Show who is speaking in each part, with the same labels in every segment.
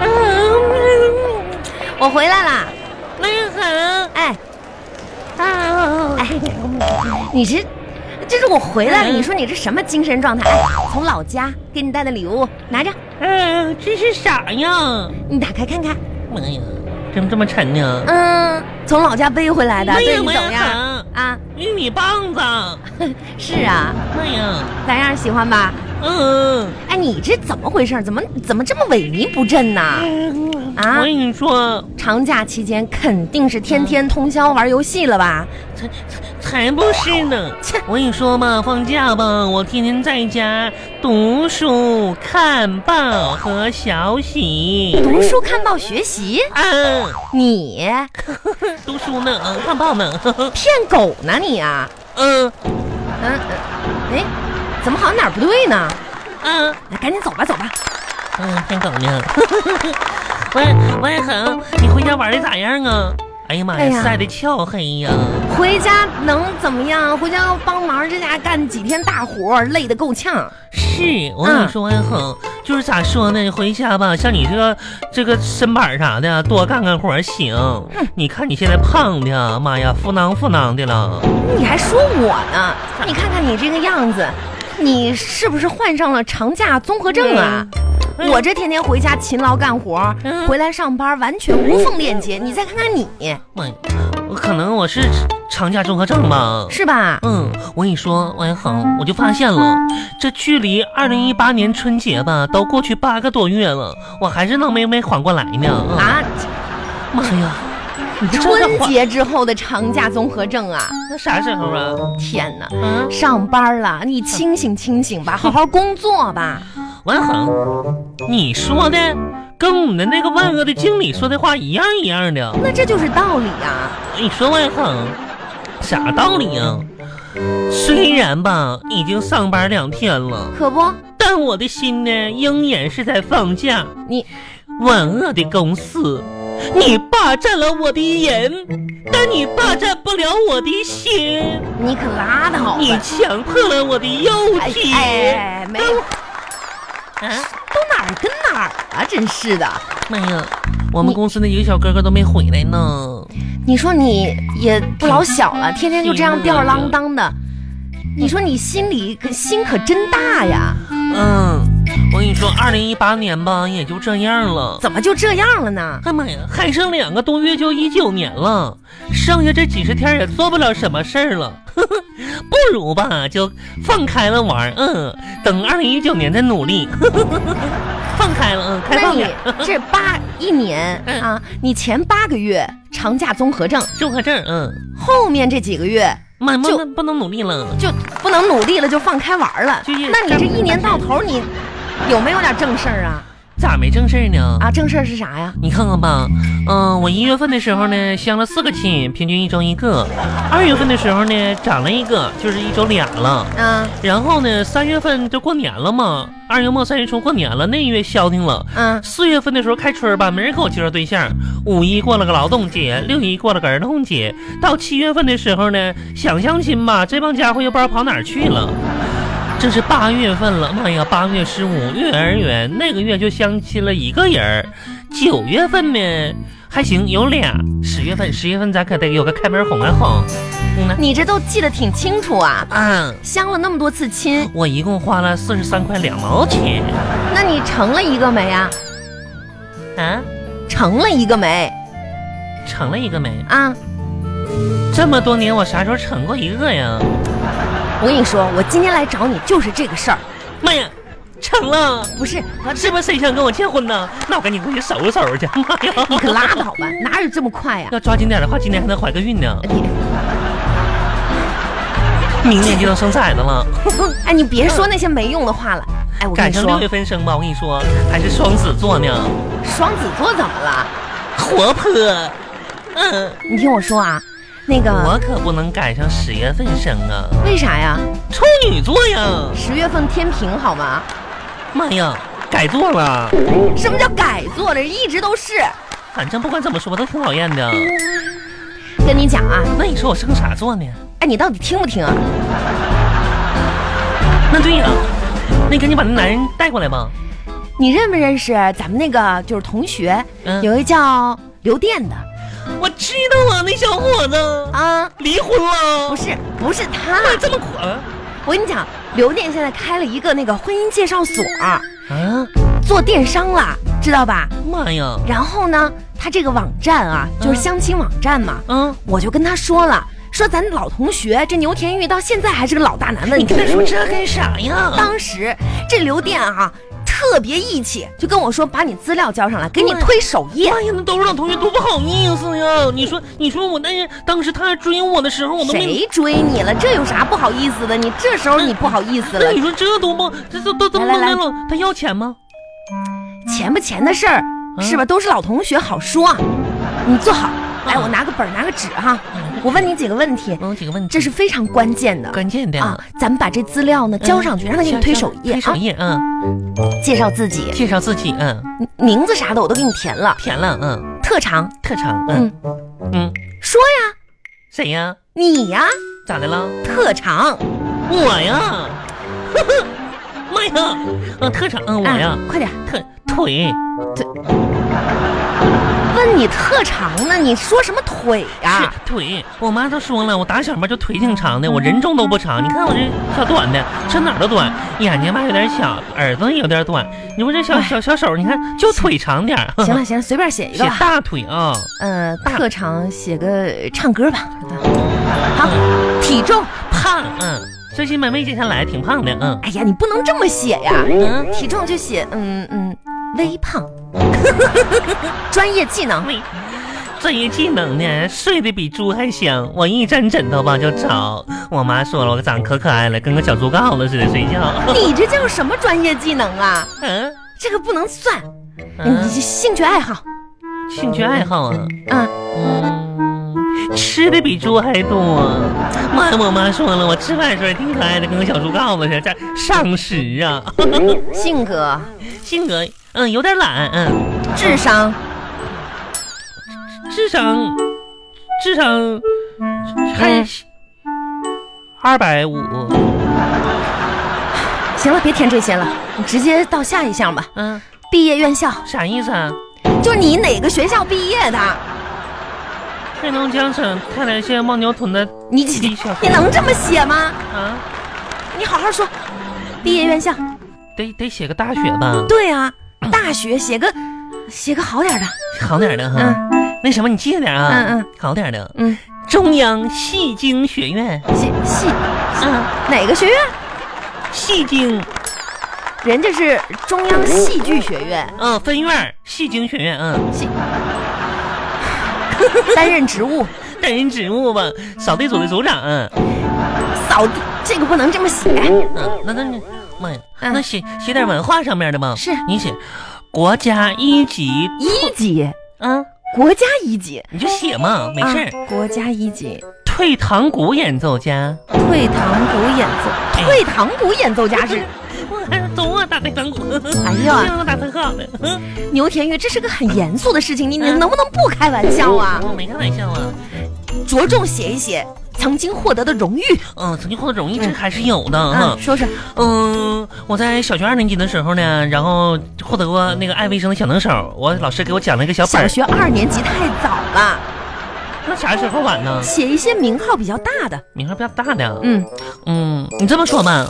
Speaker 1: 嗯
Speaker 2: 我回来啦！
Speaker 1: 没喊
Speaker 2: 哎
Speaker 1: 啊！
Speaker 2: 哎，你这，这是我回来了。
Speaker 1: 嗯
Speaker 2: 你说你这什么精神状态？哎，从老家给你带的礼物，拿着，
Speaker 1: 哎，这是啥呀？
Speaker 2: 你打开看看。
Speaker 1: 妈呀，怎么这么沉呢？
Speaker 2: 嗯，从老家背回来的，
Speaker 1: 哎
Speaker 2: 对
Speaker 1: 呀
Speaker 2: 你
Speaker 1: 妈
Speaker 2: 怎么样？
Speaker 1: 呀！
Speaker 2: 啊，
Speaker 1: 玉米棒子，
Speaker 2: 是啊，
Speaker 1: 妈呀，
Speaker 2: 咋样？喜欢吧？
Speaker 1: 嗯，
Speaker 2: 哎，你这怎么回事？怎么怎么这么萎靡不振呢？啊
Speaker 1: 我跟你说，
Speaker 2: 长假期间肯定是天天通宵玩游戏了吧？
Speaker 1: 才才才不是呢
Speaker 2: 切！
Speaker 1: 我跟你说嘛，放假吧，我天天在家读书、看报和小喜。
Speaker 2: 读书、看报、学习，
Speaker 1: 啊，
Speaker 2: 你
Speaker 1: 读书呢，嗯看报呢，
Speaker 2: 骗狗呢你啊？
Speaker 1: 嗯
Speaker 2: 嗯，嗯哎，怎么好像哪儿不对呢？
Speaker 1: 嗯
Speaker 2: 哎赶紧走吧，走吧。
Speaker 1: 嗯，骗狗呢。 喂喂，恒，你回家玩的咋样啊？哎呀妈
Speaker 2: 哎
Speaker 1: 呀，
Speaker 2: 呀
Speaker 1: 晒得俏黑呀！
Speaker 2: 回家能怎么样？回家帮忙，这家干几天大活儿，累得够呛。
Speaker 1: 是我跟你
Speaker 2: 嗯
Speaker 1: 说，哎恒，就是咋说呢？回家吧，像你这个这个身板啥的，多干干活儿行。
Speaker 2: 嗯
Speaker 1: 你看你现在胖的，妈呀，腹囊腹囊的了。
Speaker 2: 你还说我呢？你看看你这个样子，你是不是患上了长假综合症啊？
Speaker 1: 嗯
Speaker 2: 我这天天回家勤劳干活
Speaker 1: 嗯，
Speaker 2: 回来上班完全无缝链接。你再看看你，
Speaker 1: 妈呀，我可能我是长假综合症吧。
Speaker 2: 是吧？
Speaker 1: 嗯，我跟你说，王恒，我就发现了，这距离二零一八年春节吧，都过去八个多月了，我还是闹没没缓过来呢。嗯，
Speaker 2: 啊，
Speaker 1: 妈呀，你这真的
Speaker 2: 春
Speaker 1: 缓
Speaker 2: 节之后的长假综合症啊！
Speaker 1: 那啥时候啊？
Speaker 2: 天哪，
Speaker 1: 嗯，
Speaker 2: 上班了，你清醒清醒 吧，好好工作吧。
Speaker 1: 王恒，你说的跟我们的那个万恶的经理说的话一样一样的。
Speaker 2: 那这就是道理啊。
Speaker 1: 你说王恒，啥道理呀、虽然吧，已经上班两天了，
Speaker 2: 可不，
Speaker 1: 但我的心呢，仍然是在放假。
Speaker 2: 你
Speaker 1: 万恶的公司，你霸占了我的人，但你霸占不了我的心。
Speaker 2: 你可拉倒吧。
Speaker 1: 你强迫了我的肉
Speaker 2: 哎
Speaker 1: 体。
Speaker 2: 哎哎，没有，
Speaker 1: 啊，
Speaker 2: 都哪儿跟哪儿啊，真是的。
Speaker 1: 妈呀！我们公司那几个小哥哥都没回来呢。
Speaker 2: 你说你也不老小了，天天就这样吊儿郎当的，你说你心里可心可真大呀？
Speaker 1: 嗯，我跟你说，二零一八年吧，也就这样了。
Speaker 2: 怎么就这样了呢？
Speaker 1: 哎妈呀，还剩两个多月就一九年了，剩下这几十天也做不了什么事儿了， 不如吧就放开了玩儿，嗯，等二零一九年再努力， 放开了，嗯，开
Speaker 2: 那
Speaker 1: 放
Speaker 2: 你
Speaker 1: 点儿，
Speaker 2: 这八一年
Speaker 1: 嗯
Speaker 2: 啊，你前八个月长假综合症，
Speaker 1: 就搁这儿，嗯，
Speaker 2: 后面这几个月
Speaker 1: 妈，不
Speaker 2: 就
Speaker 1: 能不能努力了，
Speaker 2: 就不能努力了，就放开玩了
Speaker 1: 就是。
Speaker 2: 那你这一年到头，你有没有点正事儿啊？
Speaker 1: 咋没正事儿呢？
Speaker 2: 啊，正事儿是啥呀？
Speaker 1: 你看看吧，嗯，我一月份的时候呢相了四个亲，平均一周一个；二月份的时候呢长了一个，就是一周俩了。
Speaker 2: 啊，
Speaker 1: 然后呢，三月份就过年了嘛，二月末三月初过年了，那一月消停了。
Speaker 2: 嗯，
Speaker 1: 四月份的时候开春儿吧，没人给我介绍对象。五一过了个劳动节，六一过了个儿童节，到七月份的时候呢，想相亲吧，这帮家伙又不知道跑哪儿去了。这是八月份了，妈呀，八月十五幼儿园那个月就相亲了一个人儿。九月份呢还行，有俩。十月份，十月份咱可得有个开门红啊红。嗯呢，
Speaker 2: 你这都记得挺清楚啊，
Speaker 1: 啊，
Speaker 2: 相了那么多次亲，
Speaker 1: 我一共花了四十三块两毛钱
Speaker 2: 那你成了一个没啊？
Speaker 1: 啊，
Speaker 2: 成了一个没
Speaker 1: 成了一个没？
Speaker 2: 啊？
Speaker 1: 这么多年我啥时候成过一个呀？
Speaker 2: 我跟你说，我今天来找你就是这个事儿，
Speaker 1: 妈呀，成了！
Speaker 2: 不是我
Speaker 1: 是不是谁想跟我结婚呢？那我赶紧回去收拾收拾去。妈呀，
Speaker 2: 你可拉倒 吧，哪有这么快啊哎呀、
Speaker 1: 要抓紧点的话，今年还能怀个孕呢，
Speaker 2: 你，
Speaker 1: 明年就能生崽子了。
Speaker 2: 哎，你 别说那些没用的话了。哎，我跟
Speaker 1: 赶
Speaker 2: 你
Speaker 1: 上六
Speaker 2: 说
Speaker 1: 月，份生吧，我跟你说，还是双子座呢，
Speaker 2: 双子座怎么了？
Speaker 1: 活泼。嗯，
Speaker 2: 你听我说啊，那个
Speaker 1: 我可不能赶上十月份生啊，
Speaker 2: 为啥呀？
Speaker 1: 处女座呀！
Speaker 2: 十月份天平好吗？
Speaker 1: 妈呀，改座了。
Speaker 2: 什么叫改座了？一直都是。
Speaker 1: 反正不管怎么说吧，都挺讨厌的。
Speaker 2: 跟你讲啊，
Speaker 1: 那你说我生啥座呢？
Speaker 2: 哎，你到底听不听啊？
Speaker 1: 那对呀、那赶紧把那男人带过来吧。
Speaker 2: 你认不认识咱们那个就是同学，
Speaker 1: 嗯
Speaker 2: 有一个叫留电的
Speaker 1: 我知道啊，那小伙子
Speaker 2: 啊，
Speaker 1: 离婚了，
Speaker 2: 不是不是他，
Speaker 1: 那这么啊款
Speaker 2: 我跟你讲，刘店现在开了一个那个婚姻介绍所，
Speaker 1: 啊？
Speaker 2: 做电商了，知道吧？
Speaker 1: 妈呀，
Speaker 2: 然后呢，他这个网站啊，就是
Speaker 1: 嗯
Speaker 2: 相亲网站嘛，
Speaker 1: 嗯，
Speaker 2: 我就跟他说了，说咱老同学这牛田玉到现在还是个老大难问。
Speaker 1: 你跟他说这干啥呀？
Speaker 2: 当时这刘店啊特别义气，就跟我说把你资料交上来，给你推首页。
Speaker 1: 哎呀，那都是老同学，多不好意思呀！你说，你说我那当时他追我的时候，我都没
Speaker 2: 谁追你了？这有啥不好意思的？你这时候你不好意思
Speaker 1: 那
Speaker 2: 了
Speaker 1: 你，说这多不，这都都怎么
Speaker 2: 来
Speaker 1: 弄
Speaker 2: 来来
Speaker 1: 的了？他要钱吗？嗯
Speaker 2: 钱不钱的事儿是吧？都是老同学，好说。你坐好，来，
Speaker 1: 嗯
Speaker 2: 我拿个本儿，拿个纸哈，我问你几个问题，
Speaker 1: 嗯，几个问题，
Speaker 2: 这是非常关键的
Speaker 1: 关键的
Speaker 2: 啊。咱们把这资料呢
Speaker 1: 嗯
Speaker 2: 交上去，让他给你推首页
Speaker 1: 推首
Speaker 2: 啊，
Speaker 1: 页，嗯，
Speaker 2: 介绍自己，
Speaker 1: 介绍自己，嗯，
Speaker 2: 名字啥的我都给你填了，
Speaker 1: 填了，嗯，
Speaker 2: 特长，
Speaker 1: 特长，
Speaker 2: 嗯
Speaker 1: 嗯，嗯，
Speaker 2: 说呀，
Speaker 1: 谁呀？
Speaker 2: 你呀，
Speaker 1: 咋的了？
Speaker 2: 特长，
Speaker 1: 我呀，妈呀，嗯，特长，嗯，我
Speaker 2: 哎
Speaker 1: 呀，
Speaker 2: 快点，
Speaker 1: 特腿，
Speaker 2: 问你特长呢，你说什么腿呀？
Speaker 1: 是腿，我妈都说了，我打小嘛就腿挺长的，我人中都不长。你看我这小短的，这哪儿都短，眼睛吧有点小，耳朵也有点短。你说这小小小手，你看就腿长点儿。
Speaker 2: 哎 行了行了，随便写一
Speaker 1: 写
Speaker 2: 个吧。
Speaker 1: 大腿啊、
Speaker 2: 呃，特长写个唱歌吧。好，体重，
Speaker 1: 胖，嗯，最起码没减下来，挺胖的，嗯。
Speaker 2: 哎呀，你不能这么写呀。
Speaker 1: 嗯
Speaker 2: 体重就写嗯嗯微胖。 专业技能，
Speaker 1: 喂，专业技能呢，睡得比猪还香。我一沾枕头吧就着，我妈说了，我长可可爱了，跟个小猪羔子似的睡觉。
Speaker 2: 你这叫什么专业技能啊？
Speaker 1: 嗯、
Speaker 2: 这个不能算，你
Speaker 1: 嗯，
Speaker 2: 这兴趣爱好，
Speaker 1: 兴趣爱好啊，
Speaker 2: 嗯，
Speaker 1: 嗯，吃的比猪还多。妈，我妈说了，我吃饭的时候也挺可爱的，跟个小猪羔子似的，这上食啊。
Speaker 2: 性格、
Speaker 1: 性格，嗯，有点懒，嗯，
Speaker 2: 智商，
Speaker 1: 智商，智商还
Speaker 2: 嗯
Speaker 1: 二百五，
Speaker 2: 行了，别填这些了，你直接到下一项吧。
Speaker 1: 嗯，
Speaker 2: 毕业院校，
Speaker 1: 啥意思啊？
Speaker 2: 就是你哪个学校毕业的？
Speaker 1: 黑龙江省泰来县牦牛屯的
Speaker 2: 你
Speaker 1: 第一小
Speaker 2: 你能这么写吗？
Speaker 1: 啊，
Speaker 2: 你好好说，毕业院校。
Speaker 1: 得得写个大学吧，
Speaker 2: 对啊，大学写个写个好点儿的，
Speaker 1: 好点儿的哈。那什么，你记着点啊，
Speaker 2: 嗯嗯，
Speaker 1: 好点儿的。
Speaker 2: 嗯，
Speaker 1: 中央戏精学院，
Speaker 2: 戏戏
Speaker 1: 啊，
Speaker 2: 哪个学院？
Speaker 1: 戏精，
Speaker 2: 人家是中央戏剧学院，
Speaker 1: 嗯，分院儿戏精学院，嗯，
Speaker 2: 戏担任职务
Speaker 1: 担任职务吧，扫地组的组长，嗯，
Speaker 2: 扫地，这个不能这么写。
Speaker 1: 嗯那那那，妈呀，
Speaker 2: 嗯
Speaker 1: 那写写点文化上面的吧，
Speaker 2: 是
Speaker 1: 你写国家一级，
Speaker 2: 一级，
Speaker 1: 啊，
Speaker 2: 国家一级，
Speaker 1: 你就写嘛，没事儿。
Speaker 2: 啊国家一级，
Speaker 1: 退堂鼓演奏家，
Speaker 2: 退堂鼓演
Speaker 1: 哎
Speaker 2: 奏，退堂鼓演奏家 是
Speaker 1: 我还总我打退堂鼓，哎
Speaker 2: 呀
Speaker 1: 我打特好的。嗯
Speaker 2: 牛田玉，这是个很严肃的事情，你你
Speaker 1: 嗯
Speaker 2: 能不能不开玩笑啊？
Speaker 1: 我没开玩笑啊，
Speaker 2: 着重写一写曾经获得的荣誉，
Speaker 1: 嗯，曾经获得荣誉这还是有的
Speaker 2: 啊，
Speaker 1: 哈。
Speaker 2: 说说，
Speaker 1: 嗯，我在小学二年级的时候呢，然后获得过那个爱卫生的小能手，我老师给我讲了一个小本
Speaker 2: 小
Speaker 1: 儿，
Speaker 2: 学二年级太早了，
Speaker 1: 那啥时候晚呢？
Speaker 2: 写一些名号比较大的，
Speaker 1: 名号比较大的，
Speaker 2: 嗯，
Speaker 1: 嗯，你这么说吧，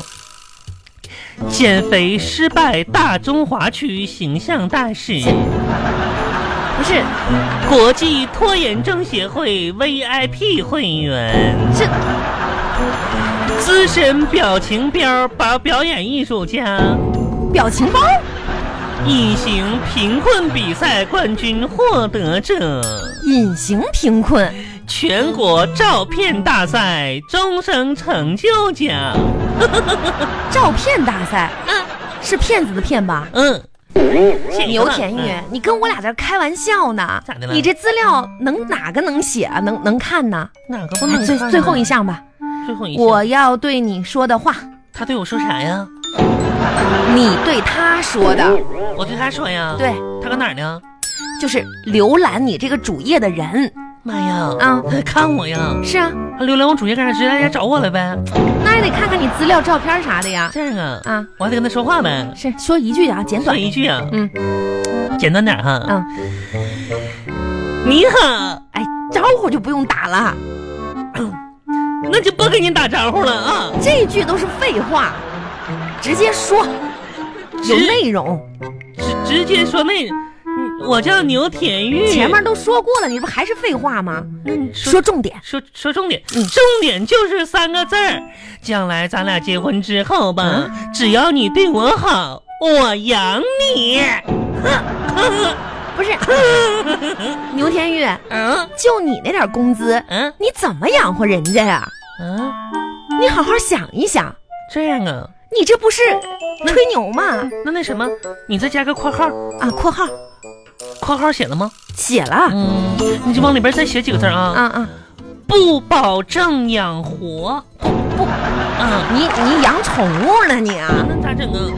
Speaker 1: 减肥失败大中华区形象大使，
Speaker 2: 不是，
Speaker 1: 国际拖延症协会 VIP 会员。
Speaker 2: 这
Speaker 1: 资深表情标表表演艺术家，
Speaker 2: 表情包
Speaker 1: 隐形贫困比赛冠军获得者，
Speaker 2: 隐形贫困，
Speaker 1: 全国照片大赛终生成就奖。
Speaker 2: 照片大赛，是骗子的骗吧？
Speaker 1: 嗯，写一个
Speaker 2: 牛
Speaker 1: 吧
Speaker 2: 田玉
Speaker 1: 嗯，
Speaker 2: 你跟我俩在这儿开玩笑呢
Speaker 1: 咋的？了
Speaker 2: 你这资料能哪个能写啊？能能看呢？
Speaker 1: 哪个不能
Speaker 2: 哎最
Speaker 1: 嗯看呢
Speaker 2: 最后一项吧，
Speaker 1: 最后一项
Speaker 2: 我要对你说的话，
Speaker 1: 他对我说啥呀？
Speaker 2: 你对他说
Speaker 1: 嗯
Speaker 2: 的，
Speaker 1: 我对他说呀，
Speaker 2: 对，
Speaker 1: 他搁哪儿呢？
Speaker 2: 就是浏览你这个主页的人
Speaker 1: 妈呀，
Speaker 2: 啊。
Speaker 1: 看我呀，
Speaker 2: 是啊，
Speaker 1: 浏览我主页干啥？直接来家找我了呗？
Speaker 2: 那也得看看你资料、照片啥的呀。
Speaker 1: 这样啊，
Speaker 2: 啊，
Speaker 1: 我还得跟他说话呗。
Speaker 2: 是说一句啊，简
Speaker 1: 说
Speaker 2: 短。
Speaker 1: 一句啊，
Speaker 2: 嗯，
Speaker 1: 简单点儿哈。
Speaker 2: 嗯
Speaker 1: 你好，
Speaker 2: 哎，招呼就不用打了，
Speaker 1: 那就不跟你打招呼了啊。
Speaker 2: 这句都是废话，直接说有
Speaker 1: 直
Speaker 2: 内容。
Speaker 1: 直直接说那，嗯我叫牛田玉。
Speaker 2: 前面都说过了，你这不还是废话吗？
Speaker 1: 那你嗯说
Speaker 2: 说重点，
Speaker 1: 说说重点，
Speaker 2: 嗯
Speaker 1: 重点就是三个字儿。将来咱俩结婚之后吧，
Speaker 2: 嗯
Speaker 1: 只要你对我好，我养你。
Speaker 2: 不是 牛天玉，
Speaker 1: 嗯
Speaker 2: 就你那点工资，
Speaker 1: 嗯
Speaker 2: 你怎么养活人家呀、
Speaker 1: 嗯，
Speaker 2: 你好好想一想，
Speaker 1: 这样啊？
Speaker 2: 你这不是吹牛吗？
Speaker 1: 那那什么，你再加个括号，
Speaker 2: 啊，括号
Speaker 1: 括号写了吗？
Speaker 2: 写了，
Speaker 1: 嗯，你就往里边再写几个字儿啊。
Speaker 2: 啊啊，
Speaker 1: 不保证养活，
Speaker 2: 不，
Speaker 1: 啊，
Speaker 2: 你你养宠物呢你啊？
Speaker 1: 那咋整啊？